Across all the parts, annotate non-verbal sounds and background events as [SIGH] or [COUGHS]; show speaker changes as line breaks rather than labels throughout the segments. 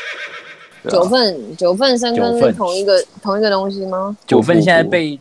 对啊
九份九份深
九
坑是
份
同一个同一个东西吗？
九份现在被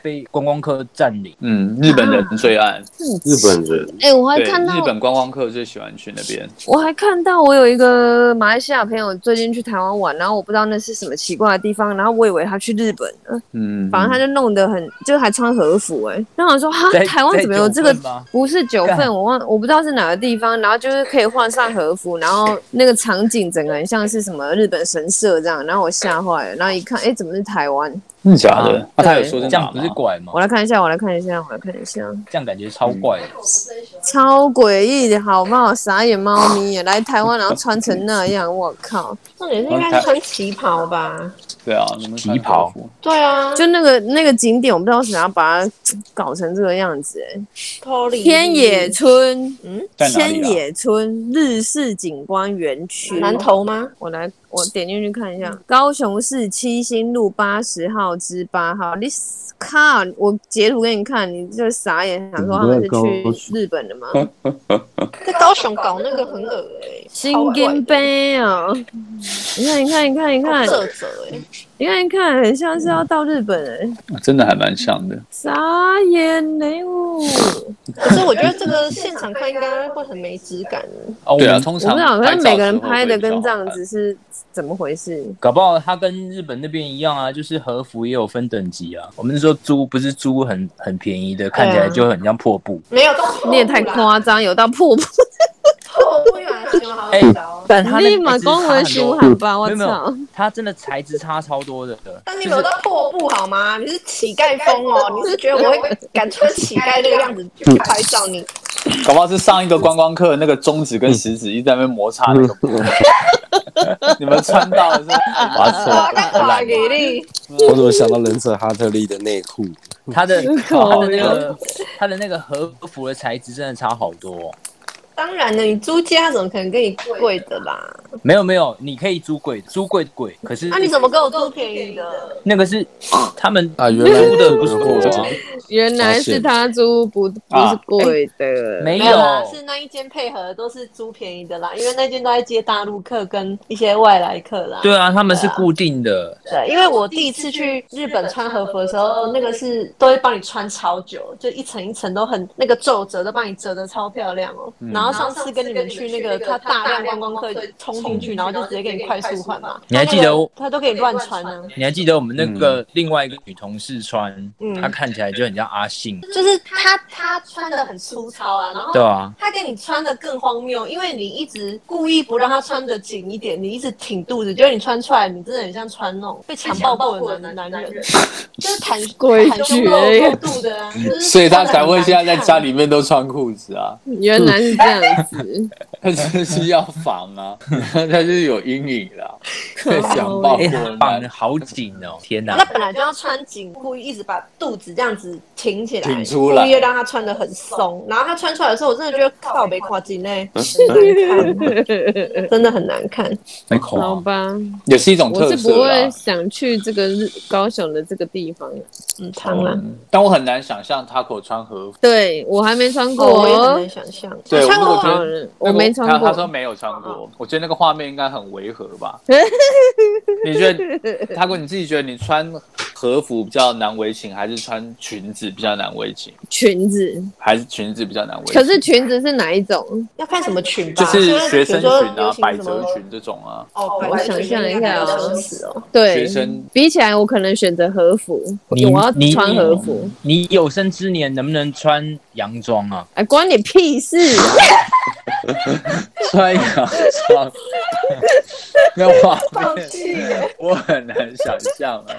被观光客占领，
啊
嗯，日本人最爱，
日本人
哎、 [LAUGHS] 我还
对，
看到
日本观光客最喜欢去那边。
我还看到我有一个马来西亚朋友最近去台湾玩，然后我不知道那是什么奇怪的地方，然后我以为他去日本了，
嗯，
反正他就弄得很，就还穿和服哎、然后我说哈
在，
台湾怎么有这
在
个
九份吗？
不是九份，
干
我忘我不知道是哪个地方，然后就是可以换上和服，然后那个场景整个很像是什么日本神社这样，然后我吓坏了，然后一看，哎、怎么是台湾？
真的嗯假的？那他有
对
说是
啊这
哪
样
吗
不是拐吗
我？来看一下，我来看一下，我来看一下，
这样感觉超怪的。
嗯
超诡异的好不好？傻眼猫咪耶来台湾然后穿成那样，我靠！
重点是应该是穿旗袍吧？
对啊，你们看
旗袍
和服
对啊，
就那个那个景点，我不知道为什么要把它搞成这个样子、哎，
嗯脱离
天野村，嗯，
在哪里
天
啊
野村日式景观园区，
南投吗？
我来，我点进去看一下，高雄市七星路八十号之八号。你看，我截图给你看，你就傻眼，想说他们是去日本的吗？
在高雄搞那个很恶哎、
新金杯哦，你看，你看，你看，你看，
色泽哎，
你看，你看，很像是
嗯
要到日本哎、
啊真的还蛮像的。
傻眼嘞哦！
可是我觉得这个现场看应该会很没质感。
哦，我
对啊
们通
我不
常
知道，可
拍
是
照
每个人
的时候
拍
会
的
比较
跟
好
这样
看
子是怎么回事？
搞不好它跟日本那边一样啊，就是和服也有分等级啊。我们是说租不是租很很便宜的，看起
啊
来就很像破布。
没有，都
你也太夸张，有到破布，
破布啦，行吗？好
哎
高。
但它那
立
个哎
马
材质差
公文书
很
好
多，
吧，我
没有没
操
[LAUGHS] 有！，它真的材质差超多的，
但你
就
有
是
到破布好吗？你是乞丐风哦，你是觉得我会敢穿乞丐那个样子去拍照你？
搞不好是上一个观光客那个中指跟食指一直在那边摩擦那
[LAUGHS]
个布，你们穿到的是哎
拔
嗯
[LAUGHS]
出
我
来。
敢夸啊给力，
我怎么想到忍者哈特利的内裤？
嗯
它的
口
它的那个它的那个和服的材质真的差好多哦、
当然了，你租家怎么可能跟你贵的啦？
没有没有，你可以租贵的租贵的贵，可是
啊
那、你怎么跟我租便宜的？
那个是
哦
他们
啊原来
租的不
是
是
我
我啊，
原来是他租不不是贵的，
哎没
没有啦，是那一间配合都是租便宜的啦，因为那间都在接大陆客跟一些外来客啦。
对啊，他们是固定的，
对，因为我第一次去日本穿和服的时候，那个是都会帮你穿超久，就一层一层都很那个皱褶都帮你折的超漂亮哦。
嗯
然后上次跟你们去那个，他大量观光客冲进去，然后就直接给你快速换嘛。
你还记得我
他都给你乱啊穿呢、
你还记得我们那
嗯
个另外一个女同事穿，
嗯
她看起来就很像阿信，
嗯
就是他他穿的很粗糙啊，然后
对啊，
他给你穿的更荒谬，因为你一直故意不让他穿的紧一点，你一直挺肚子，结果你穿出来，你真的很像穿那种被强暴过的男男人， [LAUGHS] 就是袒
规
袒胸
矩
露
欸
[LAUGHS] 露肚的啊，就是
所以他
穿得
才
很
会
难
现在在
看
家里面都穿裤子啊， [LAUGHS]
原来是这样子。
他就是要防啊， [LAUGHS] 他就是有阴影
[LAUGHS]
啦，在想爆
哎、
过
绑的
来
好紧哦，天哪
他！本来就要穿紧，故意一直把肚子这样子挺起来，
挺出来
故意让他穿的很松。然后他穿出来的时候，我真的觉得靠没跨进嘞，
嗯
很难看，真的很难看。
没
[LAUGHS]
口
好
啊，
吧，
也是一种
我
特
是不
色啊
会
啦。
想去这个日高雄的这个地方。啊
嗯，当然，
但我很难想象 Taco 穿和服，
对我还没穿过
哦我也很
哦
难，想象。
对
穿
我
过
觉
好
得
吗
了我没穿
他
过
他。说没有穿过，我觉得那个画面应该很违和吧？你觉得 Taco 你自己觉得你穿和服比较难为情，还是穿裙子比较难为情，
[LAUGHS] 裙子，
还是裙子比较难为情？
可是裙子是哪一种？
要看什么裙吧，
就是学
比
生
如说
裙啊
流、行
百
什
褶
么
裙这种啊，
哦，
我想象一下哦
哦。
对
学，
[LAUGHS]
生
比起来我可能选择和服，我
你
要
你
穿和服。
你有生之年能不能穿洋装啊？
哎，关你屁事！啊
[LAUGHS] 穿洋 [LAUGHS] 装，那画
啊放
面
弃，
啊 [LAUGHS] 我很难想象啊。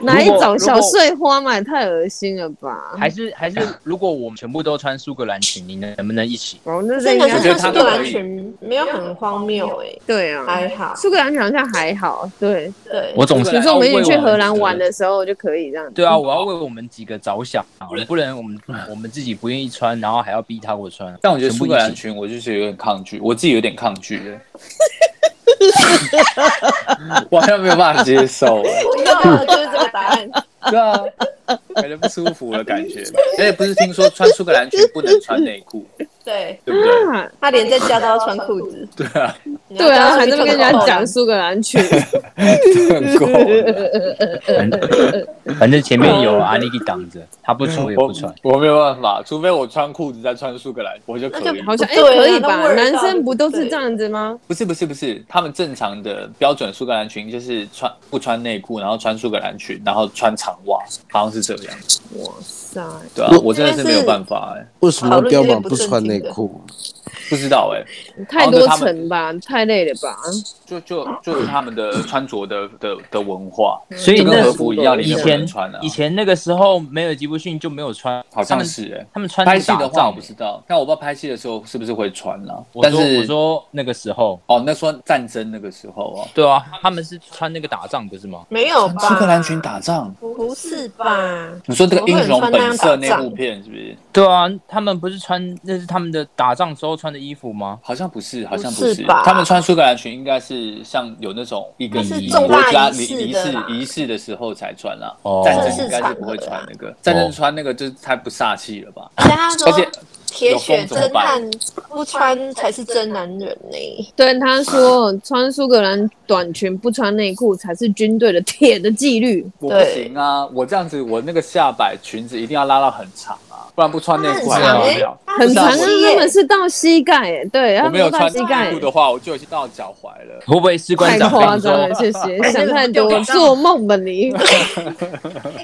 哪一
如果
种小碎花嘛，也太恶心了吧！
还是还是，如果我们全部都穿苏格兰裙，你能不能一起？
哦，那
真
应
的
该
是
我觉得
穿
他
苏格
可
兰
以
裙没有很荒谬哎，
对啊，
还好，
苏格兰好像还好，对。
对，
我总
苏
是
格兰
比如说我们一起去荷兰玩
的。
的时候就可以这样。
对啊，我要为我们几个着想啊，我不能我们我们自己不愿意穿，然后还要逼他给我穿。
但我觉得
全部
苏
一
格兰
起
裙，我就是有点抗拒，我自己有点抗拒的， [LAUGHS] 我好像没有办法接受。
[LAUGHS] 我要的就是这个答案。
对啊，感觉不舒服了，感觉。而且不是听说穿苏格兰裙不能穿内裤，
对
对不对？
啊
他连在家都要穿裤子，
对啊， [LAUGHS]
对啊，还在那边跟人家讲
什
苏格兰
[LAUGHS]
曲，
很够了。
反反正前面有阿尼给挡着，他不出也
我
不穿。
我没有办法，除非我穿裤子再穿苏格兰，我就可以。
好像哎、
不对啊
可以
那
吧？
味道
男生不都是
对
这样子吗？
不是不是不是，他们正常的标准苏格兰裙就是穿不穿内裤，然后穿苏格兰裙，然后穿长袜，好像是这样。
哇塞，
对啊，我真的是没有办法哎、
为什么标榜不穿内裤？
不知道哎、
太多层吧，太累了吧？
就就就是他们
[LAUGHS]
的穿着的的的文化，
所以
就跟
那
和服一样，里
以
面不能
前
穿啊
以。前那个时候没有吉布逊就没有穿，
好
他
像
们
是哎、
他们穿
拍戏
打
的话
仗
我不知道，但我不知道拍戏的时候是不是会穿啦、
我
但
说
是
我说那个时候，
哦，那说战争那个时候哦，
对啊，他们是穿那个打仗不是吗？
没有
苏格
吧？
兰裙打仗，
不是吧？
你说这个英雄本色
怎么会有人穿
那
那样打
部
仗
片是不是？
对啊，他们不是穿那是他们的打仗时候穿的衣服吗？
好像不是，好像
不
是
是。吧
他们穿苏格兰裙应该是像有那种一个
那是
仪
重
国
大
家
仪式
仪
的
式
啦
仪式的时候才穿啦
哦。
战争应该是不会穿那个，战争穿那个就是太不煞气了吧？
而且他
而且
说铁血侦探
有
不穿才是真男人呢、
对，他说穿苏格兰短裙不穿内裤才是军队的铁的纪律。
我不行啊，我这样子我那个下摆裙子一定要拉到很长啊，不然不穿内裤还拉不了。
他
很长哎
长
啊，
欸
他们是到膝盖耶，对，
我
他
没
们
有
都到
穿
膝盖
内裤
耶，
的话，我就已经到脚踝了。
会不会士官
太
长
夸
跟你
张了，
说
谢谢，想太多了，做梦吧你。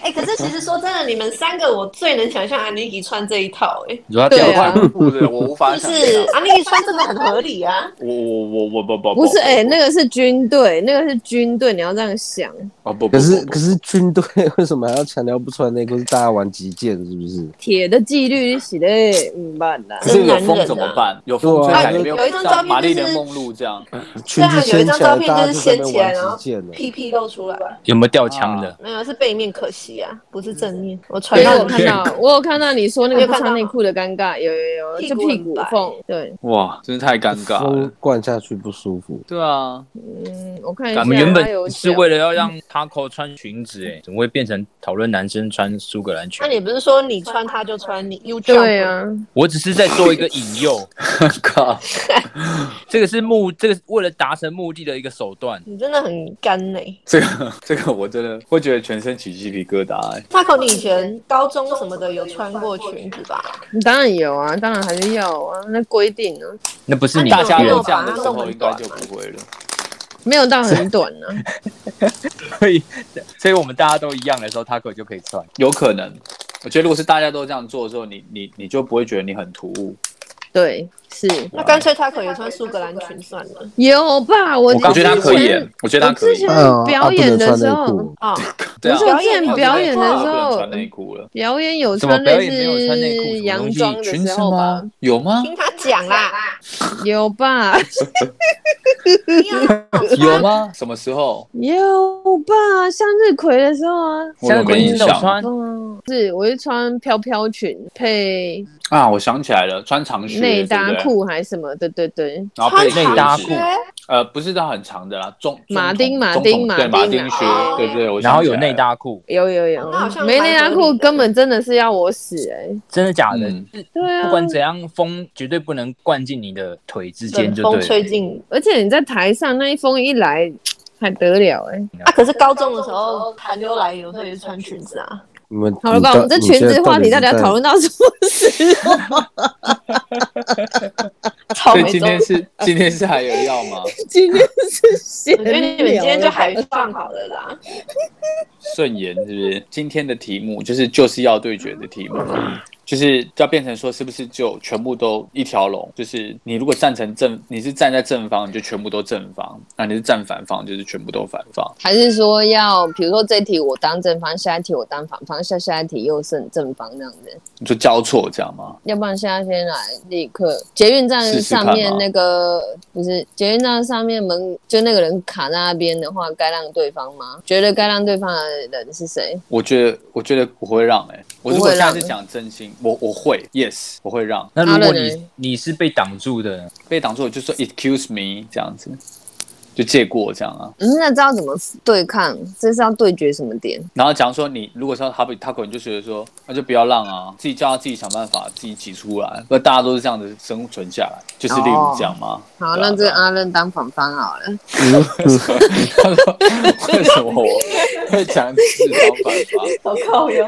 哎、可是其实说真的，你们三个我最能想象安妮迪穿这一套、欸，
你说他
对
掉
脚
啊
踝裤子我无法
是
想
不
象。
是？安妮迪穿真的很合理啊。
我我我我不不
不是哎、那
个
个是军队，那个是军队，你要这样想。
哦不不不
可是
不
可是军队 [LAUGHS] 为什么还要强调不穿内裤？是大家玩击剑是不是？
铁的纪律是嘞，嗯，办的
可。是有风怎么办？有风吹
对啊
来，你没
有一张照
像
片
玛丽
就是
莲梦露这样，
裙
啊
子掀起来，大家在那边
然后
玩击剑了。
[LAUGHS] 屁屁露出来，
有没有掉枪的？
没有是背面，可惜啊，不是正面。我传
对，啊我
到
有
你
看到，我有看到你说那个
有
不
看到
穿内裤的尴尬，有有有，
屁
就
股
屁
很
股
白
缝。对，
哇，真是太尴
[LAUGHS]
尬了
风。灌下去不舒服。
对啊，
嗯，我看一下，
我们原
他有
本是
讲
为了要让 Taco 穿裙子，哎，怎么会变成讨论男生穿苏格兰裙
那？你不是说你穿它就穿你 U
对，啊，
我只是在做一个引诱，
靠，
这个是目，这个是为了达成目的的一个手段。
你真的很干呢、
这个这个我真的会觉得全身起鸡皮疙瘩、欸。
Taco，你以前高中什么的有穿过裙子吧？
当然有啊，当然还是要啊，那规定啊，
那不是你
大
那
家
你有没
都
有
这样的时
把它弄
候，
很
应该
短
就不会了。
没有到很短啊。
所以， [LAUGHS] 所以我们大家都一样的时候，Taco 就可以穿。
有可能，我觉得如果是大家都这样做的时候，你你你就不会觉得你很突兀。
对，是
那干脆 Taco 也穿苏格兰裙算了。
有吧？我
我觉得他可以
之前
欸，我觉得他可
之
以
前。
嗯，
表演的时候
啊
哦，
不能穿内裤
对啊
我之前表演的时
不能穿
候，
内裤了。
表演有
怎么
穿
表
类
演没有穿内裤什么
似
东
洋
西
装的
裙
时
子
候吧
吗？？有吗？
听他讲啦，
有吧？
有吗？什么时候？
有吧？向日葵的时候啊，
我有
像
没
鬼
印
真的有
象
穿
嗯，是，我是穿飘飘裙配
啊？我想起来了，穿长靴，
内
对
搭
不对，
裤还是什么？对对对，
然后配
穿
靴
内搭
子
裤
呃，不是到很长的啦，中中
马丁
筒
马
中
丁
筒
马
对马
丁
丁
啊
靴
哦，
对对，我
然后
想起
有
来
内
了。
搭裤，
有有有
那好，像
没
蛮
内搭
合
裤
理的
根本真的是要我死哎、
真的假的？
嗯
就是
对啊
不管怎样，风绝对不能灌进你的腿之间，就
风
对
吹
了。
进
而且你在台上那一风一来，还得了哎、
啊！可是高中的时候，韩流来有时候也是穿裙子啊。
你们
好了吧，我们这裙子话题大家讨？
你
论到什么时候？
草
所以
莓
今
周，
天是 [LAUGHS] 今天是还有要吗？
今天是闲
我
聊
觉得你们今天就
[LAUGHS]
还放好了啦。
顺延是不是？今天的题目就是就是要对决的题目，就是要变成说是不是就全部都一条龙？就是你如果站成正，你是站在正方，你就全部都正方；那你是站反方，就是全部都反方。
还是说要，比如说这题我当正方，下一题我当反方，下下一题又是正方这样子。
你就交错这样吗？
要不然现在先来立刻捷运站
试试看
上面
嘛
那个不是捷运站上面门，就那个人卡在那边的话，该让对方吗？觉得该让对方的人是谁？
我觉得，我觉得我会让哎、我如
不
果
会
下
让
次讲真心，我我会，yes，我会让。
那如果
好了
你
呢
你是被挡住的，
被挡住，我就说 excuse me 这样子。就借过这样啊。
嗯，那知道怎么对抗？这是要对决什么点？
然后假如说你如果说他比他可能就觉得说，那就不要浪啊，自己叫他自己想办法，自己挤出来。不，大家都是这样子生存下来，就是例如这样吗？
好，
对啊
那这个阿任当反方好了。
他说为什么我会讲四方反方？
好靠哟，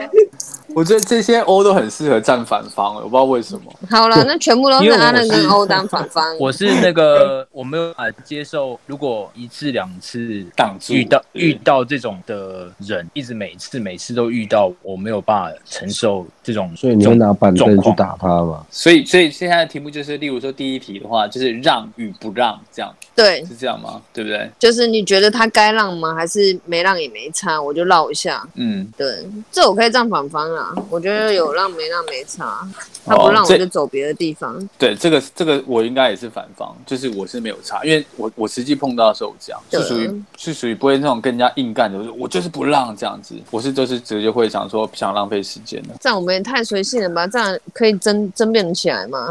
我觉得这些 O 都很适合站反方，我不知道为什么。
好了，那全部都是
因为我
阿任跟
是
欧当反方。
我是那个我没有办法接受，如果一次两次
挡住
遇到
对
遇到这种的人，一直每次每次都遇到，我没有办法承受这种。
[LAUGHS] 所以你会拿板
状
凳去
况
打他
[LAUGHS]
吗？
所以，所以现在的题目就是，例如说第一题的话，就是让与不让，这样
对，
是这样吗？对不对？
就是你觉得他该让吗？还是没让也没差，我就绕一下。
嗯，
对，这我可以站反方啊，我觉得有让没让没差，他
哦
不让我
这
就走别的地方。
对，这个这个我应该也是反方，就是我是没有差，因为我我实际碰到的时候这样，
对
是
啊
属于是属于不会那种跟人家硬干的，我就我就是不让这样子，我是就是直接会想说不想浪费时间的。
这样我们也太随性了吧？这样可以争争辩得起
[LAUGHS]
来吗？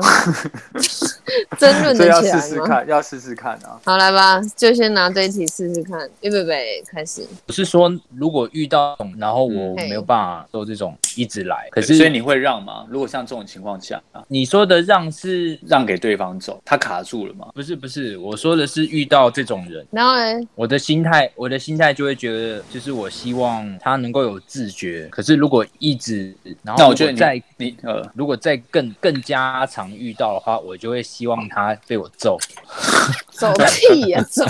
争论
这
得
要
起
试
来
试
吗？
看，要试试看啊！
好，来吧，就先拿这一题试试看。预备备，开始。
我是说，如果遇到，然后我
嗯
没有办法受这种一直来，可
所以
是
你会让吗？如果像这种情况下啊，
你说的让是。
让给对方走，他卡住了嘛？
不是不是，我说的是遇到这种人，
然后嘞，
我的心态，我的心态就会觉得，就是我希望他能够有自觉。可是如果一直，然后
那我
如
觉
果
得
再
你你呃，
如果再更更加常遇到的话，我就会希望他被我揍。
走屁
[LAUGHS]
呀、走！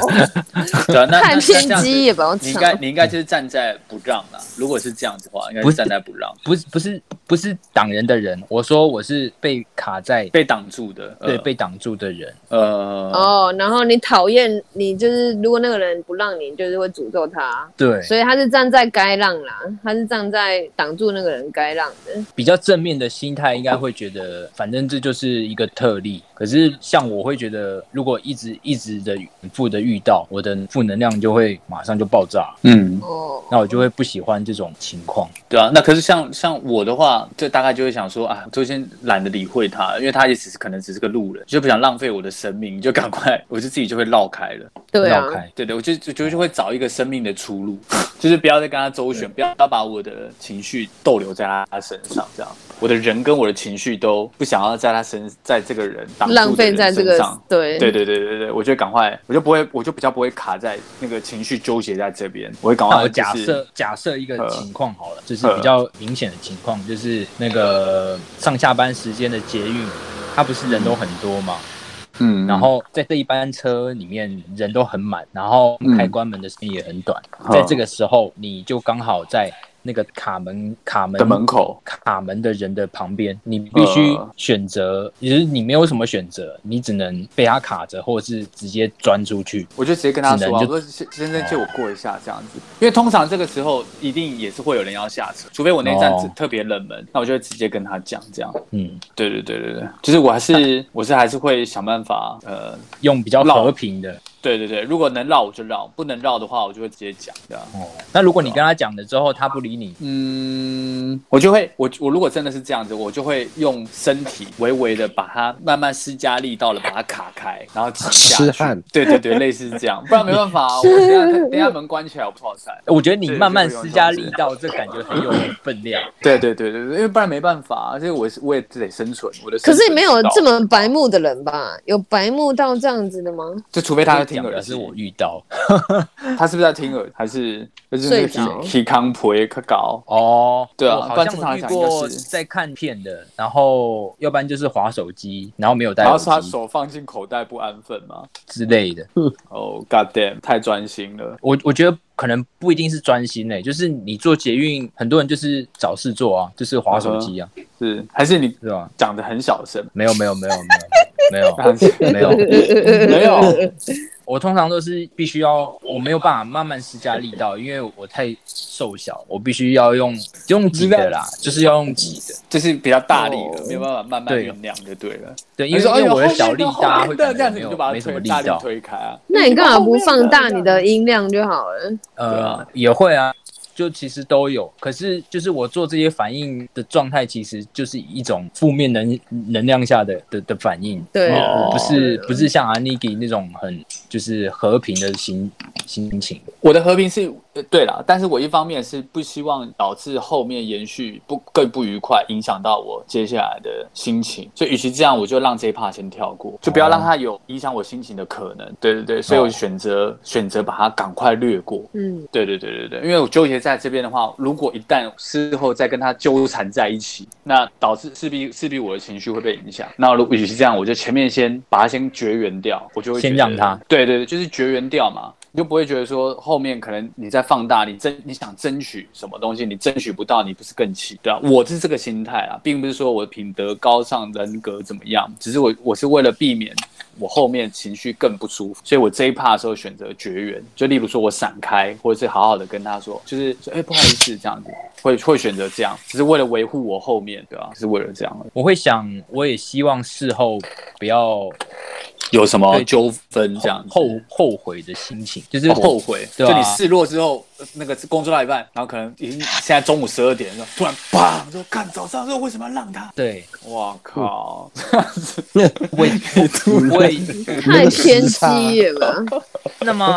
对啊，那
太
那
偏
那这样子
激也不要吵
你应该你应该就是站在不让啦。如果是这样子的话，应该
不
是
是
站在不让，
不是不是不是挡人的人，我说我是被卡在
被挡住的。呃
对被挡住的人。
呃，
哦，然后你讨厌你就是，如果那个人不让你，你就是会诅咒他。
对，
所以他是站在该让啦，他是站在挡住那个人该让的。
比较正面的心态，应该会觉得反正这就是一个特例。可是像我会觉得，如果一直一直的反复的遇到，我的负能量就会马上就爆炸，
嗯，
哦，
那我就会不喜欢这种情况。
对啊，那可是像像我的话，就大概就会想说啊，就先懒得理会他，因为他也只是可能只是个路人，就不想浪费我的生命，就赶快， [LAUGHS] 我就自己就会绕开了。
对啊
绕，开
对对，我就就就就会找一个生命的出路， [LAUGHS] 就是不要再跟他周旋，不要把我的情绪逗留在他身上，这样我的人跟我的情绪都不想要在他身，在这个人挡住的
浪费
人
在这
身
个
上
对
对对对对对，我就赶快，我就不会，我就比较不会卡在那个情绪纠结在这边，我会赶
那
快、
我
就是。
假设假设一个情况好了，就是
呃
比较明显的情况，就是那个上下班时间的捷运，它不是人都很多嘛，
嗯
然后在这一班车里面人都很满，然后
嗯
开关门的时间也很短，
嗯
在这个时候你就刚好在那个卡门卡门
的门口，
卡门的人的旁边，你必须
呃
选择，也就是你没有什么选择，你只能被他卡着，或者是直接钻出去。
我就直接跟他
只
说、
能
啊，我
就哎
说先先生借我过一下这样子，因为通常这个时候一定也是会有人要下车，除非我那一站
哦
是特别冷门，那我就会直接跟他讲这样。
嗯，
对对对对对，就是我还是我是还是会想办法，呃，
用比较
绕
和平的。
对对对，如果能绕我就绕，不能绕的话我就会直接讲这样。
哦，那如果你跟他讲了之后，他不理你，
嗯，我就会我我如果真的是这样子，我就会用身体微微的把它慢慢施加力道的把它卡开，然后挤下
[LAUGHS]
去
痴汉
对对对，类似这样，不然没办法、啊，我等一下等一下门关起来我不好塞。
我觉得你
对
慢慢
就会
施
有
加
这种
力道，这感觉很有分量。
[LAUGHS] 对对对对对，因为不然没办法、啊，因为我是我也得生存，我的生存
可是没有
之道
这，么白目的人吧？有白目到这样子的吗？
就除非他在听
讲
耳
的
机
是，我遇到
[LAUGHS] 他是不是在听耳，还是就是那
睡
个
着
He He 康普克搞？
哦，
对啊
我
不
好
然正常来
像遇
讲应该
过
是
在看片的，然后要不然就是滑手机，然后没有带
然后
耳
是他
机
手放进口袋不安分吗？
之类的。
哦、g o d damn，太专心了。
我我觉得可能不一定是专心嘞、就是你做捷运，很多人就是找事做啊，就是滑手机
嗯
啊，
是还是你
是吧？
讲的很小声？
没有没有没有
[LAUGHS]
没有没有没有，
没
[LAUGHS]
有，
我通常都是必须要，我没有办法慢慢施加力道，因为我太瘦小，我必须要用用挤的啦，就是要用挤的。
就是比较大力了
哦，
没有办法慢慢
对
酝酿就对了。
对，因为
你说哎
因为
呦
我的
后面
小力
后
大家
面
会
的这
感觉
样子
没
你就
有
把它
没什
推
么力
大力
道，
推开啊。
那你干嘛不放大你的音量就好了？
对
呃
啊，
也会啊，就其实都有。可是就是我做这些反应的状态，其实就是一种负面能能量下的的的反应。
对啊
哦不是
对啊
不是像阿尼基那种很就是和平的心心情。
我的和平是呃对啦，但是我一方面是不希望导致后面延续不更不愉快，影响到我接下来的心情。所以，与其这样，我就让这一趴先跳
啊
过，就不要让它有影响我心情的可能。对对对，所以我选择、选择把它赶快略过。
嗯，
对对对对对，因为我纠结在这边的话，如果一旦事后再跟他纠缠在一起，那导致势必势必我的情绪会被影响。那如果与其这样，我就前面先把它先绝缘掉，我就会觉得
先让它。
对对对，就是绝缘掉嘛，你就不会觉得说后面可能你在放大，你争你想争取什么东西，你争取不到，你不是更气？对啊，我是这个心态啊，并不是说我的品德高尚、人格怎么样，只是我我是为了避免我后面情绪更不舒服，所以我这一趴的时候选择绝缘，就例如说我闪开，或者是好好的跟他说，就是说哎、不好意思这样子，会会选择这样，只是为了维护我后面，对吧、啊？是为了这样而已，
我会想，我也希望事后不要
有什么
对
纠纷这样子
后后悔的心情，就是
就
我
后悔，
对啊
就你示弱之后，呃那个工作到一半，然后可能已经现在中午十二点了，突然砰，说看早上说为什么要让他？
对，
哇靠！
我我
[LAUGHS]
[LAUGHS]
我也
太偏激了吧？
那么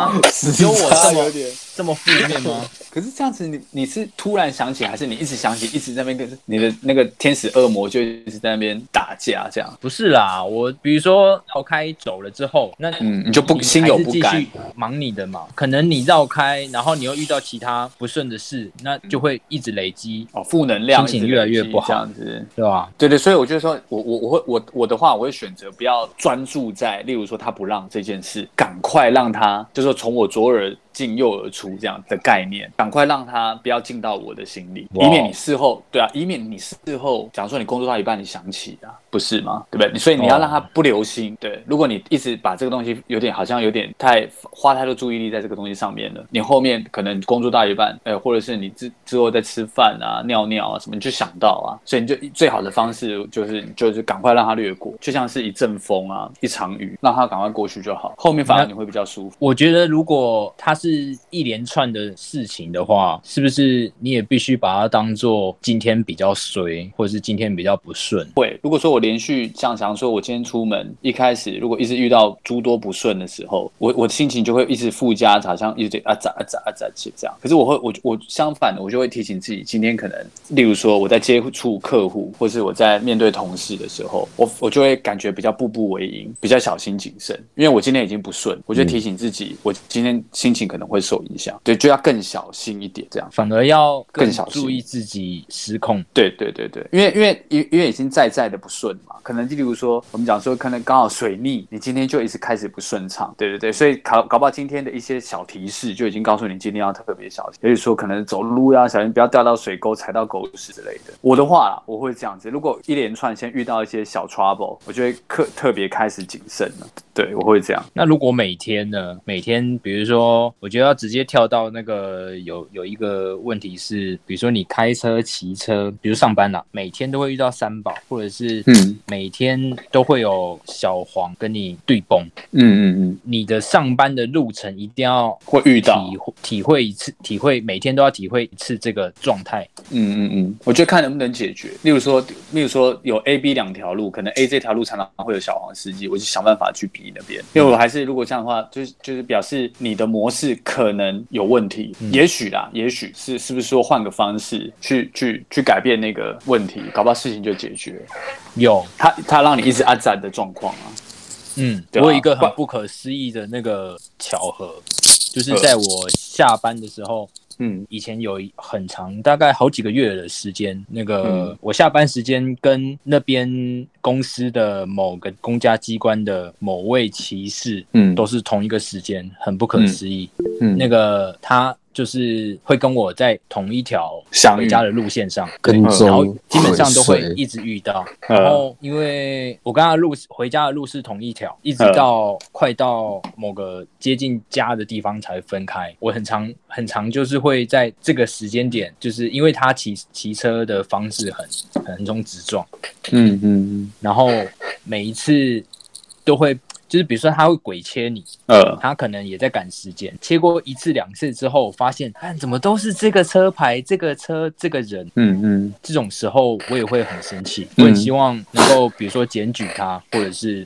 有我这么这么负面吗？
可是这样子你，你是突然想起，还是你一直想起，一直在那边跟你的那个天使恶魔就一直在那边打架这样？
不是啦，我比如说绕开走了之后，那
嗯你就不
还是
心有不甘
继续忙你的嘛。可能你绕开，然后你又遇到其他不顺的事，
嗯
那就会一直累积，
哦，负能量
心情
一直
越来越
累积
不好
这样子。
对吧？
对对，所以我就说，我我我会我我的话，我会选择不要专注在，例如说他不让这件事，赶快让他，就是说从我左耳进右耳出这样的概念，赶快让他不要进到我的心里，
哇哦
以免你事后对啊，以免你事后，假如说你工作到一半你想起啊，不是吗？对不对？所以你要
哦
让他不留心。对，如果你一直把这个东西有点好像有点太花太多注意力在这个东西上面了，你后面可能工作到一半，呃，或者是你之之后在吃饭啊、尿尿啊什么，你就想到啊，所以你就最好的方式就是就是赶快让它掠过，就像是一阵风啊、一场雨，让它赶快过去就好，后面反而你会比较舒服。
我觉得如果它是一连串的事情的话，是不是你也必须把它当做今天比较衰，或者是今天比较不顺？
会，如果说我连续像想说，我今天出门一开始，如果一直遇到诸多不顺的时候，我我心情就会一直附加，好像一直啊咋啊咋啊咋去这样。可是我会，我我相反的，我就会提醒自己，今天可能，例如说我在接触客户，或是我在面对同事的时候，我我就会感觉比较步步为营，比较小心谨慎，因为我今天已经不顺，我就提醒自己，我今天心情可能会受影响，对，就要更小心一点这样。
反而要
更小心
注意自己失控。
对对对对，因为因为因因为已经在在的不顺嘛，可能就例如说我们讲说，可能刚好水逆，你今天就一直开始不顺畅，对对对，所以搞搞不好今天的一些小提示就已经告诉你今天要特别小心，也就是说可能走路要小心，不要掉到水沟、踩到狗屎之类的。我的话啦，我会这样子，如果一连串先遇到一些小 trouble，我就会特特别开始谨慎了。对，我会这样。
那如果每天呢？每天，比如说，我觉得要直接跳到那个有有一个问题是，比如说你开车、骑车，比如上班啦，每天都会遇到三宝，或者是
嗯
每天都会有小黄跟你对崩。
嗯嗯嗯，
你的上班的路程一定要
会遇到。
体会体会一次，体会每天都要体会一次这个状态。
嗯嗯嗯，我觉得看能不能解决。例如说，例如说有 A、B 两条路，可能 A 这条路常常会有小黄司机，我就想办法去 B 那
嗯
边。因为我还是如果这样的话，就是就是表示你的模式可能有问题，
嗯
也许啦，也许是是不是说换个方式去去去改变那个问题，搞不好事情就解决了。
有，
他他让你一直按赞的状况啊，
嗯，
对啊
我有一个很
不
不可思议的那个巧合，
呃
就是在我下班的时候。
嗯
以前有一很长，大概好几个月的时间，那个、
嗯
我下班时间跟那边公司的某个公家机关的某位骑士，
嗯
都是同一个时间，很不可思议。
嗯
那个他就是会跟我在同一条
相遇
回家的路线上，
跟
对然后
踪
基本上都
尾
会
随
一直遇到。
嗯
然后因为我跟他的路回家的路是同一条，一直
嗯
到快到某个接近家的地方才分开。我很常很常就是会在这个时间点，就是因为他骑骑车的方式很很横冲直撞，
嗯嗯
然后每一次都会。就是比如说他会鬼切你，
呃
他可能也在赶时间，切过一次两次之后，发现看怎么都是这个车牌、这个车、这个人，
嗯嗯
这种时候我也会很生气，
嗯
我 [LAUGHS] 很希望能够比如说检举他，或者是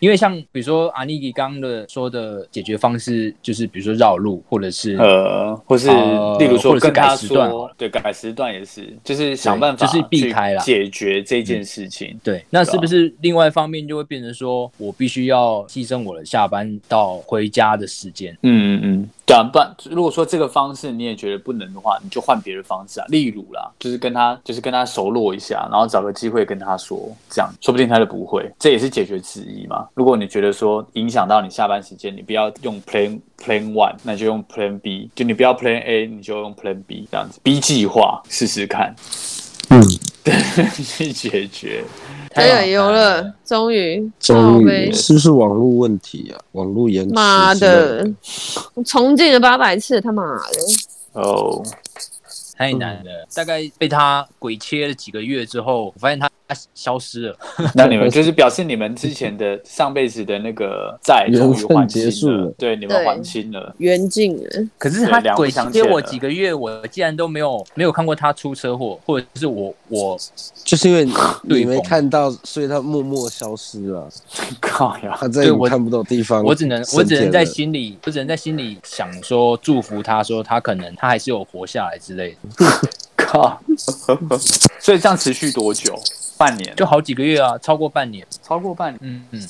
因为像比如说阿尼迪刚刚的说的解决方式，就是比如说绕路，或者是
呃，或是
呃
例如
或
说
者是
跟他
改时段
说，对，改时段也是，就是想办法
就是避
去
开啦嗯
解决这件事情。
对，那
对啊
是不是另外一方面就会变成说我必须要牺牲我的下班到回家的时间？
嗯嗯嗯，对啊，不然如果说这个方式你也觉得不能的话，你就换别的方式啊，例如啦，就是跟他就是跟他熟络一下，然后找个机会跟他说，这样说不定他就不会，这也是解决之一嘛。如果你觉得说影响到你下班时间，你不要用 Plan Plan One，那就用 Plan B，就你不要 Plan A，你就用 Plan B 这样子，B 计划试试看
嗯，
去 [LAUGHS] 解决。
哎呀，有
太好
了，终于，
终
靠
于
北
是不是网络问题啊？网络延迟
哦
之类？
妈的，我重进了八百次，他妈的，
哦，
太难了。大概被他鬼切了几个月之后，我发现他消失了。
那你们就是表示你们之前的上辈子的那个债终于还
嗯缘分结束
清了
了，
对，你们
对
还清了。
缘尽了，
可是
对
他
两不
鬼
相
切
欠
我
了
几个月，我竟然都没有没有看过他出车祸，或者是我我
就
[LAUGHS]
是因为
对
你没
缝
看到，所以它默默消失了。
靠呀！
它在
对
你
我
看不到的地方，
我只能
升
我只能
天
在
了
心里，我只能在心里想说祝福他，说他可能他还是有活下来之类的，
[LAUGHS]
靠！所以这样持续多久？半年，
就好几个月啊，超过半年。
超过半年。
嗯嗯，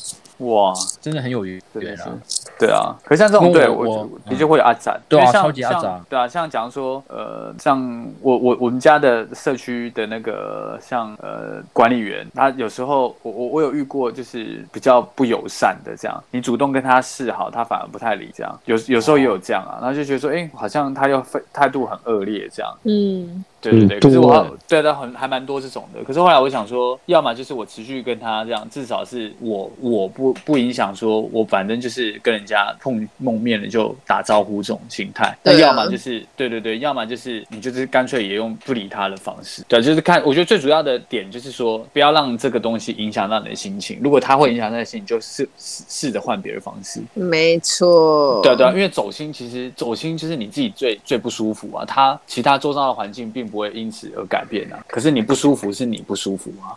哇，
真的很有缘
真的是
啊。，
对啊。可是像这种，
因为
对
我
我
我
的确会有阿展，
对啊
因为像
超级阿展
像对啊。像假如说，呃，像我我我们家的社区的那个像呃管理员，他有时候我我我有遇过，就是比较不友善的这样，你主动跟他示好，他反而不太理这样。有有时候也有这样啊，然后就觉得说，哎，好像他又非态度很恶劣这样。
嗯，
对对对，
嗯
可是我
对
好对对很还蛮多这种的。可是后来我想说，要么就是我持续跟他这样，至少是我我不不影响说，我反正就是跟人家碰梦面了就打招呼这种心态。那
对啊
要么就是对对对，要么就是你就是干脆也用不理他的方式。对，就是看我觉得最主要的点就是说，不要让这个东西影响到你的心情。如果他会影响到你的心情，就试试试着换别的方式。
没错，
对啊对啊，因为走心其实走心就是你自己最最不舒服啊，他其他周遭的环境并不会因此而改变啊。可是你不舒服是你不舒服啊，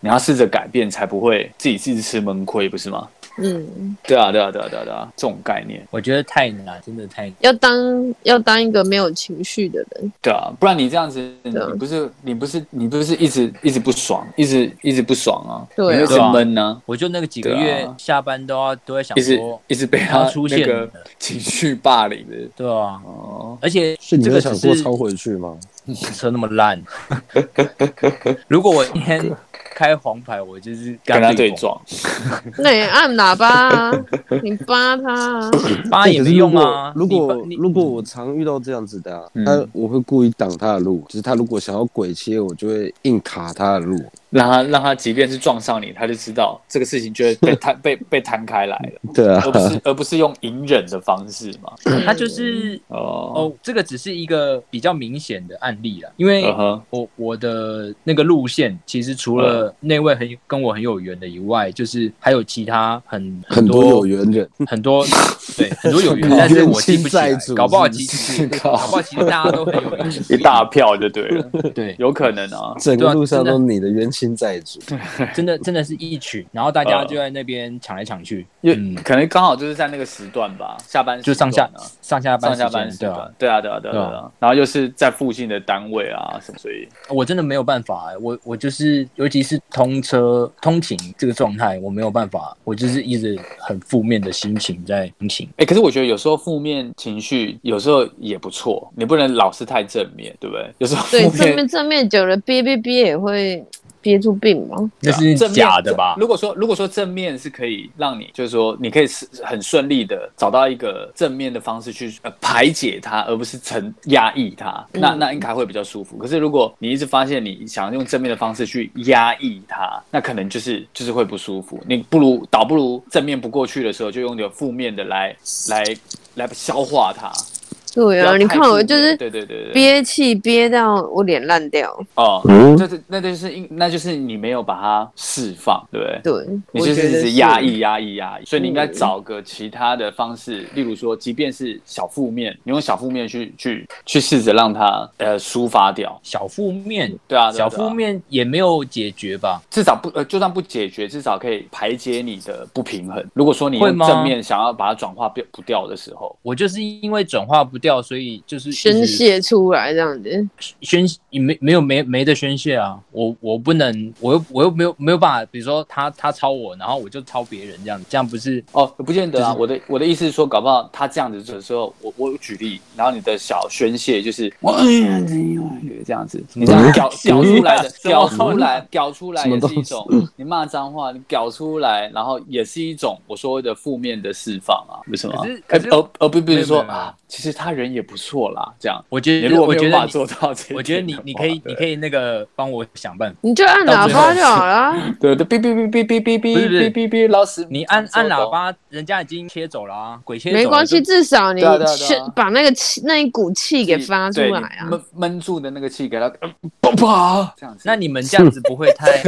你要试着改变才不会自己自己吃闷亏，不是吗？
嗯，
对啊对啊对啊对啊对啊，这种概念，
我觉得太难，真的太难。
要当要当一个没有情绪的人，
对啊，不然你这样子，你
对啊
不是你不是你不是一直一直不爽，一直一直不爽啊，
对啊
你会一直闷呢、
我就那个几个
对啊
月下班都要都在想
一直
说，
一直被他
他出
那
现
个
了
情绪霸凌的
对啊，
哦，
而且
是你
这
没有
个只
想过
是
超回去吗？
车那么烂。 [LAUGHS] 如果我今天开黄牌，我就是
跟他对
对
撞，
那你按喇叭啊，你扒他啊，
撞，八
对
也
哎可
没
是如
用
果
啊。
如果
你
如果我常遇到这样子的啊，
嗯
他我会故意挡他的路，就是他如果想要鬼切，我就会硬卡他的路。
让他让他即便是撞上你，他就知道这个事情就会被摊被被摊开来了。 [LAUGHS]
对啊
而，不是而不是用隐忍的方式嘛。
他
嗯
就是
[LAUGHS] 哦
哦，这个只是一个比较明显的案例啦，因为
嗯哼
我我的那个路线，其实除
嗯
了那位很跟我很有缘的以外，就是还有其他很
[LAUGHS] 很多有缘人，
很多对很多
[LAUGHS]
有缘，
很
但是
冤
我记
亲
不起来
债，主
搞不好
是不
其
是
实搞不好其实大家都很有缘，
[LAUGHS] 哎一大票就对了，
对，
有可能 [LAUGHS] 啊。
整
对
个
啊
路上
真的
都是你的冤亲债主。
真的真的是一群，然后大家
呃
就在那边抢来抢去，
因为
嗯，
可能刚好就是在那个时段吧，下班时
就上下
段啊
上下班
上
时
下班
间，
时
对
段
啊，，
对啊对啊对啊对
对
啊，然后又是在附近的单位啊什么，所以
我真的没有办法、欸，我我就是尤其是通车通勤这个状态，我没有办法，我就是一直很负面的心情在通勤。
哎，可是我觉得有时候负面情绪有时候也不错，你不能老是太正面，对不对？有时候
对，
负
正
面
面正面久了憋憋憋也会憋出病嘛，
那是
啊正面
假的吧？
如果说如果说正面是可以让你，就是说你可以是很顺利的找到一个正面的方式去呃排解它，而不是成压抑它，那
嗯
那应该会比较舒服。可是如果你一直发现你想用正面的方式去压抑它，那可能就是就是会不舒服。你不如倒不如正面不过去的时候，就用点负面的来来来消化它。
对
不
啊，
要
你
太
看
负
我
面
就是
对对对对，
憋气憋到我脸烂掉。
哦，
嗯
这这那就是因那就是你没有把它释放，对不对？
对，
你就是
我觉
一
得
直
是
压抑、压抑、压抑，所以你应该找个其他的方式，例如说，即便是小负面，你用小负面去去去试着让它呃抒发掉，
小负面，
对啊，对啊
小
对啊
负面也没有解决吧？
至少不呃，就算不解决，至少可以排解你的不平衡。如果说你
会
用
吗
正面想要把它转化不不掉的时候，
我就是因为转化不掉，所以就是一直
宣泄出来这样子。
宣也没没有没没得宣泄啊！我我不能，我又我又没有没有办法，比如说他他抄我，然后我就抄别人这样，这样不是
哦，不见得啊。
就是
我的我的意思是说，搞不好他这样子的时候，我我举例，然后你的小宣泄就是我
哎
这样子，你这样屌屌出来的，屌出来，屌出来
什么
也
东
是
西
一种，
嗯
你骂脏话，你屌出来，然后也是一种我所谓的负面的释放啊，为什么啊
可是？
而
可是
而而不不
没
是
有
说
没有没有
啊，其实他人也不错啦，这样。
我觉
你
得
如果
我
没
觉
有
得
办法
你
做到这一点的话，
我觉得你你可以
啊对
你可以那个帮我想办法，
你就按喇叭就好
[LAUGHS]
了。啊
对对，哔哔哔哔哔哔
不是不
哔
是
哔哔，老师，
你按按喇
叭。
叭，人家已经切走了啊，鬼切走了
没关系，
就
至少你
对啊对啊对啊
宣把那个气那一股气给发出
对
来啊
你。闷闷住的那个气给它呃爆吧，这样子。
那你们这样子不会
[LAUGHS]
太，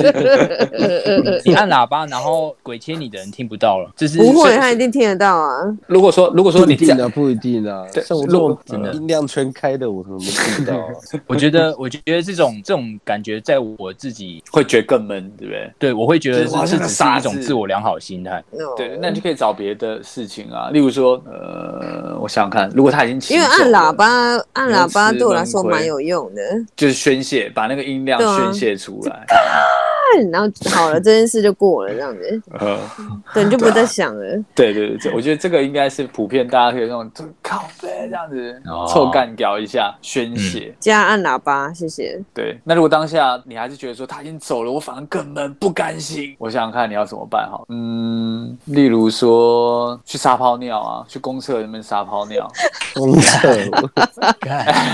呃
你按喇叭，然后鬼切你的人听不到了，这是
不会，
是
他一定听得到啊。
如果说如果说
不
你
一
这
定啊，
样，
不一定啊
对。
像我这
真的
种音量全开的，我怎么听不到啊？
我觉得我觉得这种这种感觉，在我自己
会觉得更闷，对不对？
对我会觉得
就是哇
这
像个
只是
傻
一种
子
自我良好心态。
哦
对，那你就可以找别的事情啊，例如说，呃，我想想看，如果他已经骑
因为
走
按喇
了，
叭，按喇叭
你要吃
对我来说
闷亏
蛮有用的。
就是宣泄，把那个音量
对啊
宣泄出来。
按哎然后好了，这件事就过了，这
[LAUGHS]
样子，
呃
对，你就不再想了。
对啊对对，这我觉得这个应该是普遍大家可以用这靠背这样子
哦
臭干屌一下宣泄。
加按喇叭，谢谢。
对，那如果当下你还是觉得说他已经走了，我反而更闷，不甘心。我想想看你要怎么办好？嗯，例如说去撒泡尿啊，去公厕里面撒泡
[LAUGHS]
尿， [LAUGHS]
公厕，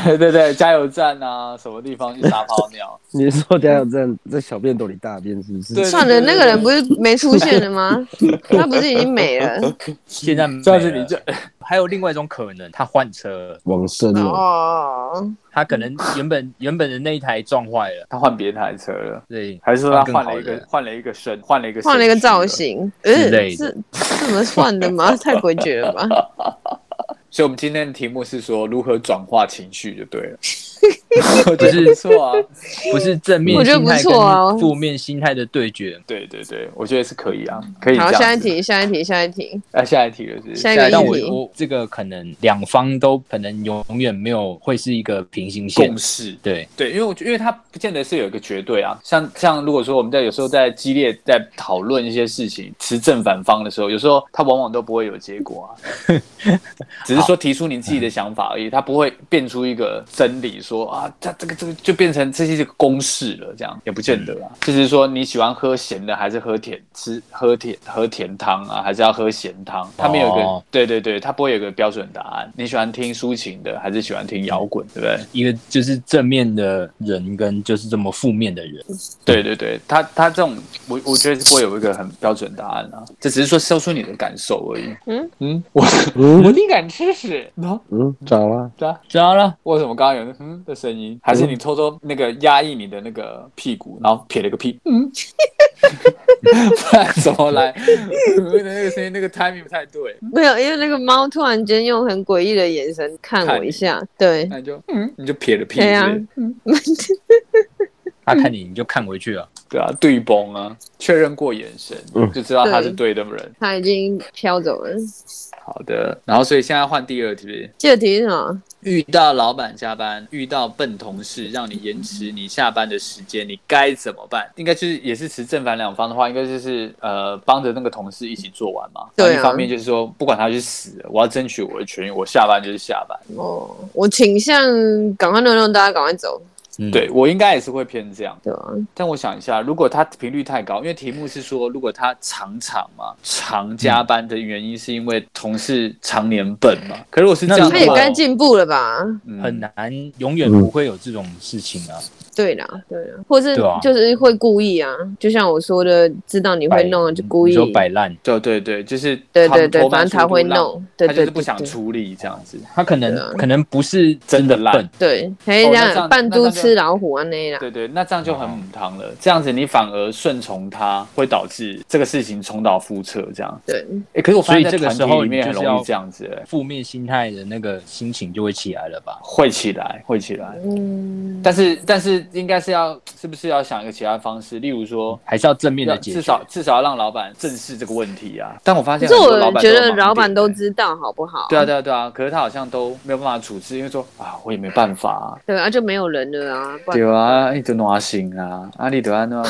对对对，加油站啊，什么地方去撒泡尿？
你是说加油站在小便斗里大便是不是？
对
算了，那个人不是没出现
[LAUGHS]
了吗？他不是已经没了？
现在
这样
[LAUGHS] 没
子
了
啊你就
还有另外一种可能，他换车了，
往生了，
哦，
他可
[LAUGHS]
能原本原本的那一台撞坏了，
他换别台车了。
对，
还是说他换
换
了一
更好
个
的
换了一个身，换了一个
换了一个
身躯了
造，型，呃
之类的
是是怎么算的吗？ [LAUGHS] 太诡谲了吧！
所以我们今天的题目是说如何转化情绪就对了。我觉得不错啊，
不是正面
我觉得
心态
不错啊
跟负面心态的对决。
对对对，我觉得是可以啊，可以这
好，
样。
下一，题，下一题，下一题，
啊，下一题就是
下一个
但
议
我
题
我这个可能两方都可能永远没有会是一个平行线
共，识。
对，
对，因为我觉因为它不见得是有一个绝对啊，像像如果说我们在有时候在激烈在讨论一些事情，持正反方的时候，有时候它往往都不会有结果啊，只是说提出你自己的想法而已，它不会变出一个真理说啊，它这个这个就变成这是一个公式了，这样也不见得啊，就是说你喜欢喝咸的还是喝甜吃喝甜喝甜汤啊，还是要喝咸汤，它没有一个、
哦
对对对，它不会有一个标准答案，你喜欢听抒情的还是喜欢听摇滚，对不对？
一个就是正面的人跟就是这么负面的人，
对对对，他他这种，我我觉得是不会有一个很标准答案啊，这只是说说出你的感受而已。
嗯
嗯，我我
嗯
你敢吃屎？喏
嗯，长了，
对啊，
知道了，
为什么刚刚有那嗯的声音？还是你偷偷那个压抑你的那个屁股，然后撇了个屁？嗯， [LAUGHS] 不然怎么来？嗯那个声音那个 timing 不太对，
没有，因为那个猫突然间用很诡异的眼神看我一下，对，
哎
那你就嗯你就撇了屁，
对啊
是不是
[LAUGHS] 他看你你就看回去了，
对啊，对崩啊，确认过眼神
嗯
就知道他是对的人。
它已经飘走了。
好的，然后所以现在换第二题。
这个题是什么？
遇到老板加班，遇到笨同事，让你延迟你下班的时间，你该怎么办？应该就是也是持正反两方的话，应该就是呃帮着那个同事一起做完嘛。
对啊
然后一方面就是说，不管他去死，我要争取我的权益，我下班就是下班。
哦，我倾向赶快弄弄，大家赶快走，
嗯，
对我应该也是会偏这样。
对吧？
但我想一下，如果他频率太高，因为题目是说，如果他常常嘛常加班的原因是因为同事常年笨嘛。可如果是这样的
那
他
话，
也该进步了吧？
嗯
很难永远不会有这种事情啊。
对啦，对啦，或是
对啊
就是会故意啊，就像我说的，知道你会弄，就故
你
意。
说摆烂，
对对对，就是
对
他
对
们
对，
偷
反
翻
正他
速度
会
让，
弄，对
他
对
就
对
是不想
对
处理这样子。
他可能、
对啊
可能不是
真的烂
笨，
对，还
哦那
这
这样
样扮
那
猪
这样
吃老虎啊那啦。
对对，那这样就很母汤了。这样子你反而顺从他，会导致这个事情重蹈覆辙。这样，
对，
哎，可是我发现
所以
在
这个
团
时候
体里面
你
很
就是
容易
要
这样子、欸，
负面心态的那个心情就会起来了吧？
会起来，会起来。
嗯，
但是但是应该是要，是不是要想一个其他方式？例如说，
还是要正面
要
的解决，
至少至少要让老板正视这个问题啊。但我发
可
现
是
很多
我
老板
觉
有
得
盲
老板
点
都
欸
知道好不好？
对啊，对啊，对啊，可是他好像都没有办法处置，因为说啊，我也没办法、啊，
对啊，就没有人了啊，不然
对啊，你都哪行啊，啊，你都安那，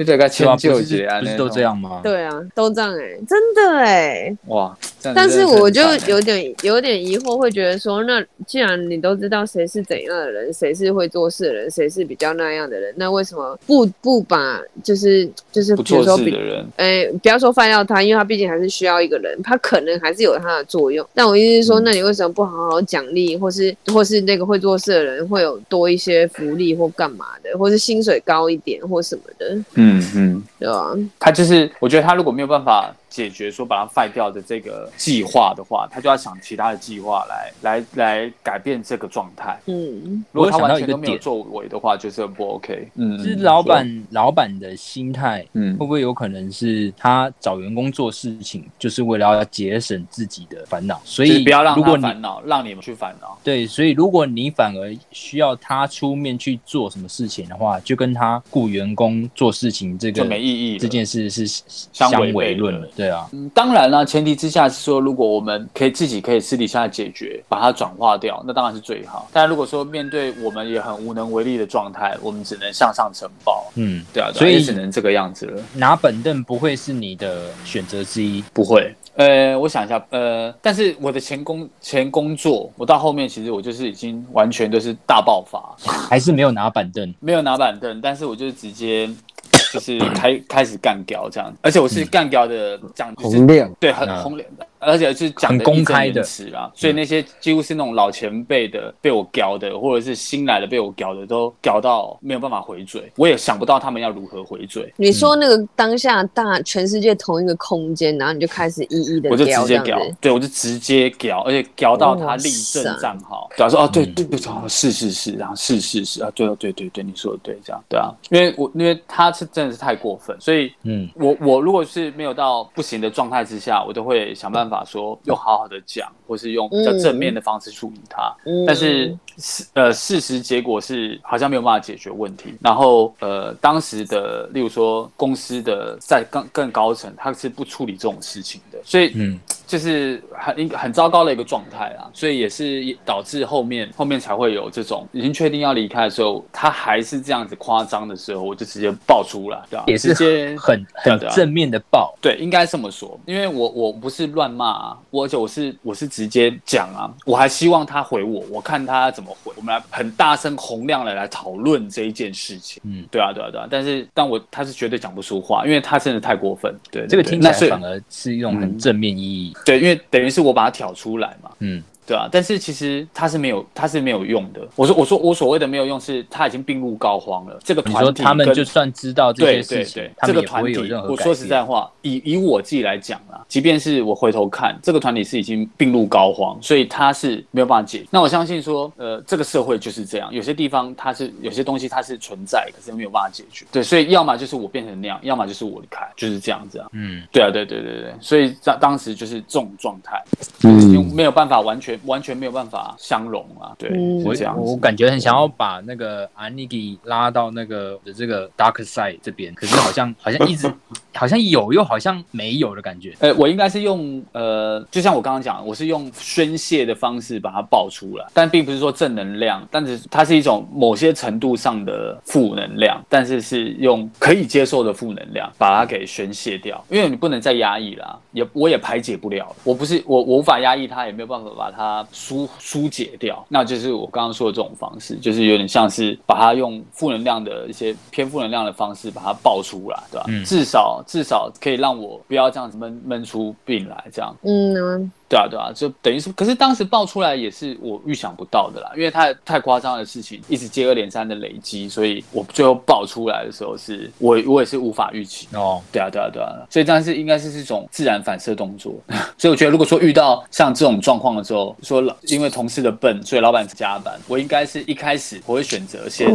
你得该
对
迁
吧？不
就是一下啊，
不是
那
都
种
这？样吗？
对啊，都这样哎，真的哎。
哇，这样子
但
真
是
的很
我就
惨欸
有点有点疑惑，会觉得说，那既然你都知道谁是怎样的人，谁是会做事的人，谁是比较那样的人，那为什么不不把就是就是
不
比如
做
说
事
比
的人，
哎，不要说犯到他，因为他毕竟还是需要一个人，他可能还是有他的作用。但我意思是
嗯
说，那你为什么不好好奖励，或是或是那个会做事的人会有多一些福利或干嘛的，或是薪水高一点或什么的，
嗯嗯，
对吧？
他就是，我觉得他如果没有办法解决说把他废掉的这个计划的话，他就要想其他的计划来来来改变这个状态。
嗯，
如果
我
他
想到
完
一
全
个
都没有
点
作为的话，就是很不 OK。嗯，
就是
嗯
老，板老板的心态，
嗯
会不会有可能是他找员工做事情，就是为了要节省自己的烦恼，所
就是
以
不要让
如
他
果你
烦恼，让你们去烦恼。
对，所以如果你反而需要他出面去做什么事情的话，就跟他雇员工做事情这个
就没意义了
这件事是是
相
相
违背
违论
的
了，对啊，
嗯，当然啦，前提之下是说，如果我们可以自己可以私底下解决，把它转化掉，那当然是最好。但如果说面对我们也很无能为力的状态，我们只能向上呈报。
嗯，
对啊，对啊
所以
也只能这个样子了。
拿板凳不会是你的选择之一，
不会。呃，我想一下，呃，但是我的前工前工作，我到后面其实我就是已经完全都是大爆发，
还是没有拿板凳，
没有拿板凳，但是我就是直接就是开 [COUGHS] 开始干掉这样，而且我是干掉的讲就是
洪亮，
对，很
嗯
红脸的，而且是讲
很
得义
公
正
开
言
的嗯
辞啦。所以那些几乎是那种老前辈的被我屌的，或者是新来的被我屌的，都屌到没有办法回嘴，我也想不到他们要如何回嘴，
你说那个当下大全世界同一个空间，然后你就开始一一的
我就直
聊这
接
样
屌
子，，哦
对我就直接屌，而且屌到他
哇
立正
塞
站好，屌说哦，对
嗯
对对，哦是是是，然后是是是啊，对哦对对对，你说的对，这样对啊，因为我因为他是真的是太过分，所以
嗯，
我我如果是没有到不行的状态之下，我都会想办法说用好好的讲，或是用比较正面的方式处理它。
嗯
但是事呃，事实结果是好像没有办法解决问题。然后呃，当时的例如说公司的在更更高层，他是不处理这种事情的，所以
嗯
就是很一个很糟糕的一个状态啦。所以也是也导致后面后面才会有这种已经确定要离开的时候，他还是这样子夸张的时候，我就直接爆出来，对吧？
嗯也是
直接 [LAUGHS]
很
对啊
很
对啊
正面的报，
对，应该这么说，因为我我不是乱骂啊，我而且我是我是直接讲啊，我还希望他回我，我看他怎么回，我们来很大声洪亮的来讨论这一件事情。
嗯。
对啊，对啊，对啊，但是但我他是绝对讲不出话，因为他真的太过分。对，
这个
对
听起
那
来
所以嗯
反而是一种很正面意义。
对，因为等于是我把他挑出来嘛，
嗯，
对啊，但是其实他是没有，他是没有用的。我说我说我所谓的没有用是，他已经病入膏肓了。这个
你
团
说
体
他们
跟
就算知道这
对
些
对
事情
对，，
他
这
们
个
也不
团
会有
体
任，何
我
改
说实在
变。
话，以以我自己来讲啦，即便是我回头看，这个团体是已经病入膏肓，所以它是没有办法解决。那我相信说，呃，这个社会就是这样，有些地方它是有些东西它是存在，可是没有办法解决。对，所以要么就是我变成那样，要么就是我离开，就是这样子啊。
嗯，
对啊，对对对对，所以当当时就是这种状态，已经
嗯，
没有办法完全完全没有办法相容啊。对，
嗯
是
我
这样
我
子。
感觉很想要把那个安妮给拉到那个的这个 dark side 这边，可是好像好像一直好像有又好像没有的感觉。
呃，我应该是用呃，就像我刚刚讲，我是用宣泄的方式把它爆出来，但并不是说正能量，但是它是一种某些程度上的负能量，但是是用可以接受的负能量把它给宣泄掉，因为你不能再压抑啦，也我也排解不了，我不是我我无法压抑它，也没有办法把它疏疏解掉，那就是我刚刚说的这种方式，就是有点像是把它用负能量的一些偏负能量的方式把它爆出来，对吧？
嗯
至少至少可以让我不要这样子闷闷出病来，这样。
嗯啊，
对啊，对啊，就等于是，可是当时爆出来也是我预想不到的啦，因为太太夸张的事情一直接二连三的累积，所以我最后爆出来的时候是我我也是无法预期。
哦，
对啊，对啊，对啊，所以但是应该是是一种自然反射动作。 [LAUGHS] 所以我觉得，如果说遇到像这种状况的时候，说老因为同事的笨，所以老板加班，我应该是一开始我会选择先、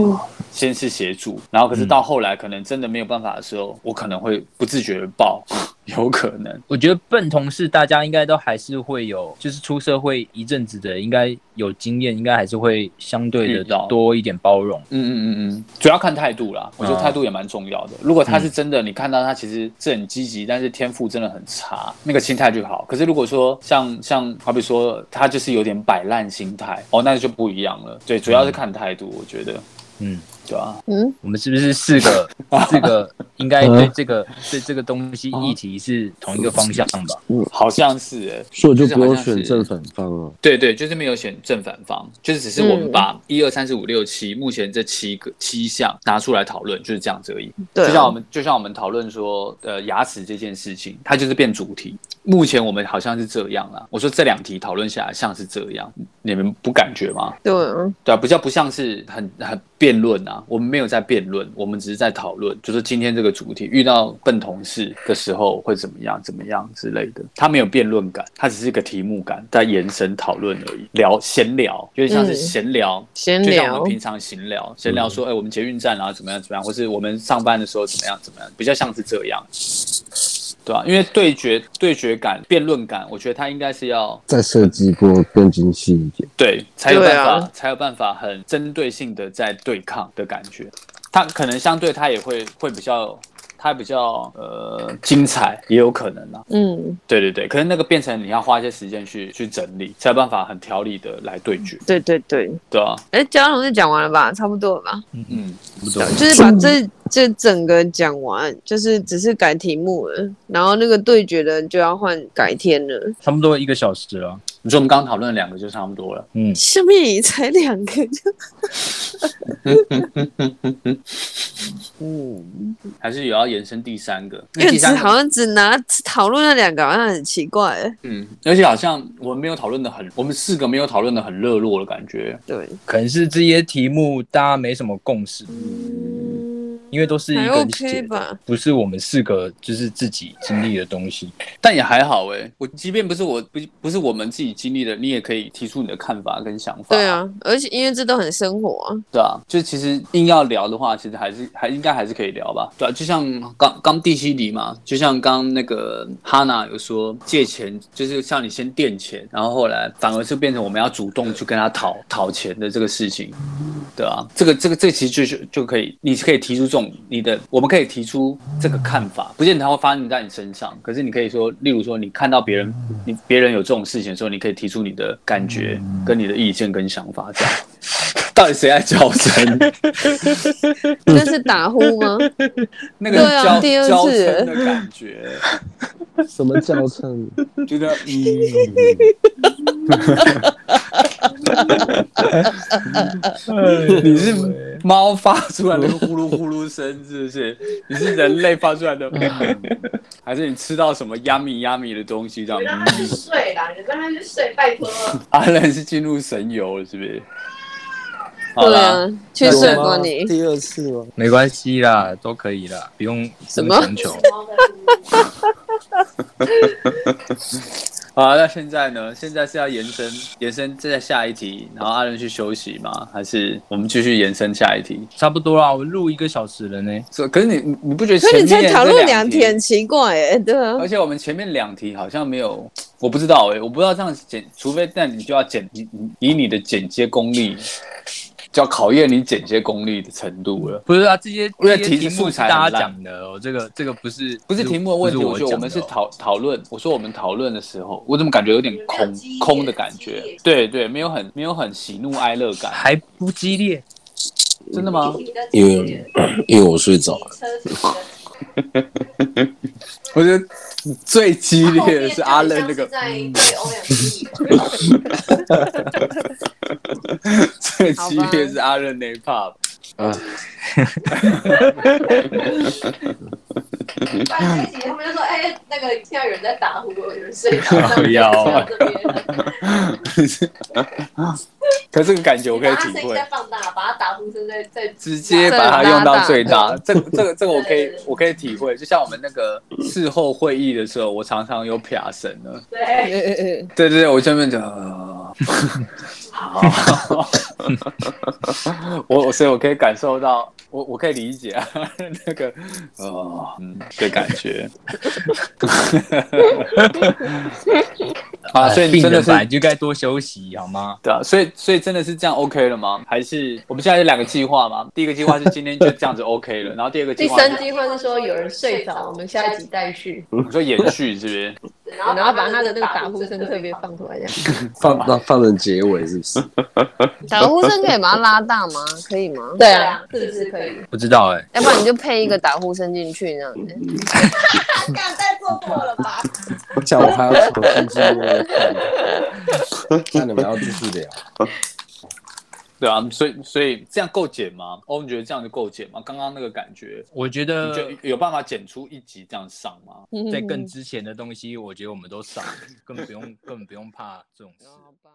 先是协助，然后可是到后来可能真的没有办法的时候，我可能会不自觉的爆， [LAUGHS] 有可能。
我觉得笨同事大家应该都还是会有，就是出社会一阵子的，应该有经验，应该还是会相对
遇到
的多一点包容。
嗯嗯嗯嗯，主要看态度
嗯
啦，我觉得态度也蛮重要的。如果他是真的，你看到他其实是很积极，但是天赋真的很
嗯
差，那个心态就好。可是如果说像像好比说他就是有点摆烂心态，哦，那就不一样了。对，主要是看态度，我觉得，
嗯，
对啊，
嗯，
我们是不是四 [LAUGHS] 个四个应该对这个对这个东西议题是同一个方向吧？ [LAUGHS]
好像是、欸，
所以我就不用选
正。
正反方啊了。
对对，就是没有选正反方，就是只是我
嗯
们把一二三四五六七目前这七个七项拿出来讨论，就是这样子而已。
对啊
就像我们就像我们讨论说，呃，牙齿这件事情，它就是变主题。目前我们好像是这样啦。我说这两题讨论下来像是这样，你们不感觉吗？
对啊，
对啊，比较不像是很很辩论啊，我们没有在辩论，我们只是在讨论，就是今天这个主题遇到笨同事的时候会怎么样怎么样之类的。它没有辩论感，它只是一个题目感，在延伸讨论而已，聊闲聊，有点像是
嗯
闲聊。
闲
就像我
聊嗯
们，平常闲聊，闲聊说，哎、我们捷运站然后怎么样怎么样，或是我们上班的时候怎么样怎么样，比较像是这样，对啊，因为对决对决感、辩论感，我觉得它应该是要
再设计过更精细一点，
对，才有办法，
对啊
才有办法很针对性的在对抗的感觉。他可能相对他也会会比较，他比较呃精彩，也有可能啊。
嗯，
对对对，可是那个变成你要花一些时间去去整理，才有办法很条理的来对决，
对对对。
对啊，
哎，交龙就讲完了吧，差不多了吧？
嗯，
不懂。
就是把这这整个讲完，就是只是改题目了，然后那个对决的就要换改天了。
差不多一个小时了，
你说我们刚刚讨论的两个就差不多了。
嗯，
下面才两个就，嗯，
还是有要延伸第三个，
因
那
为
第
只
三
好
个，
像只拿讨论那两个，好像很奇怪欸。
嗯，而且好像我们没有讨论的很，我们四个没有讨论的很热络的感觉，
对，
可能是这些题目大家没什么共识，
嗯，
因为都是一
还
个人写
OK
的
吧？
不是我们四个就是自己经历的东西。
但也还好哎、我即便不是我不不是我们自己经历的，你也可以提出你的看法跟想法，
对，啊，而且因为这都很生活啊，
对啊，就其实硬要聊的话，其实还是还应该还是可以聊吧，对啊，就像刚刚第七题嘛，就像刚那个哈娜有说借钱，就是像你先垫钱，然后后来反而是变成我们要主动去跟他讨讨钱的这个事情，对啊，这个这个这其实就就就可以，你是可以提出这种你的，我们可以提出这个看法，不见得它会发生在你身上，可是你可以说，例如说你看到别人，你别人有这种事情的时候，你可以提出你的感觉、跟你的意见跟想法，这样。到底谁在叫
[LAUGHS]
声？
那是打呼吗？
那个
对啊
叫
第二次
叫声的感
[LAUGHS]
觉，
什么
[LAUGHS]
教程？
觉得嗯，你是猫发出来的呼噜呼噜声，是不 [LAUGHS] 是？你是人类发出来的，嗯 [LAUGHS] 还是你吃到什么 yummy yummy 的东西这样？
你让他去
嗯
睡啦，你让他去睡，拜托。
[LAUGHS] 阿伦是进入神游了，是不是？好
对
啦，
啊，去睡
有
吧
吗
你。
第二次吗？
[LAUGHS] 没关系啦，都可以啦，不用这么
什
强求。
好，那现在呢？现在是要延伸延伸再下一题，然后阿伦去休息吗？还是我们继续延伸下一题？
[LAUGHS] 差不多啦，我录一个小时了呢。
所以可是你你你不觉得
可
前
是你才
面
讨
这
论
两
两
题
题，很奇怪哎，对 [LAUGHS] 啊，
而且我们前面两题好像没有，我不知道哎、我不知道这样剪，除非那你就要剪，你你以你的剪接功力，就要考验你剪接功力的程度了。
不是啊，这些
因为
这些
题
题
素
目是
材
大
很
家
烂
讲的哦，这个这个不是
不是题目的问题，
不
我觉得我
讲
们
的
是
哦
讨讨论。我说我们讨论的时候，我怎么感觉有点空
激烈
空的感
激
觉
烈？
对对，没有很没有很喜怒哀乐
[LAUGHS]
感，
还不激烈，
真的吗？
因为因为我睡着了，
[LAUGHS] 我觉得最激
后
烈
面
的是阿乐那个
就像是在对欧阳靖
[LAUGHS] 最
好
激
吧
烈是
啊
阿任那一 part。
啊
半夜起他们就说：“哎、那个现在有人在打呼，有人睡着。”
不要啊
这边，
[LAUGHS] 可是这个感觉我可以
把他
体
声音
会
再。放大，把他打呼声再再
直接把它用到最大，这个这个这个我可以
对
我可以体会，就像我们那个事后会议的时候，我常常有啪声呢。
对，
对
对对对，我这边讲，呃好， [LAUGHS] 我我所以我可以感受到，我我可以理解、啊、那个呃嗯的感
[LAUGHS]
觉。 [LAUGHS] 啊，所以你
哎病
真的
人
是
本来就该多休息好吗？
对啊，所以所以真的是这样 OK 了吗？还是我们现在有两个计划嘛？第一个计划是今天就这样子 OK
[LAUGHS]
了，然后第二个计
第
划是
三句话是说有人睡着，我们下一集再续，
你说延续是不是？
然后把他的那个打呼声特别放出来，这样。
放到放成结尾是不 [LAUGHS] 是？
对， [LAUGHS] 打呼声可以把它拉大吗？可以吗？
对啊，是不是可以？
不知道哎、
要不然你就配一个打呼声进去那样子。
干，再做错了吧？
我讲我还要重新进入那个话题那你们要继续聊。
对啊，所以所以这样够剪吗？欧，你觉得这样就够剪吗？刚刚那个感觉，
我觉
你觉
得
得有办法剪出一集这样上吗？
嗯
在更之前的东西，我觉得我们都上了，更不用更不用怕这种事。
好吧。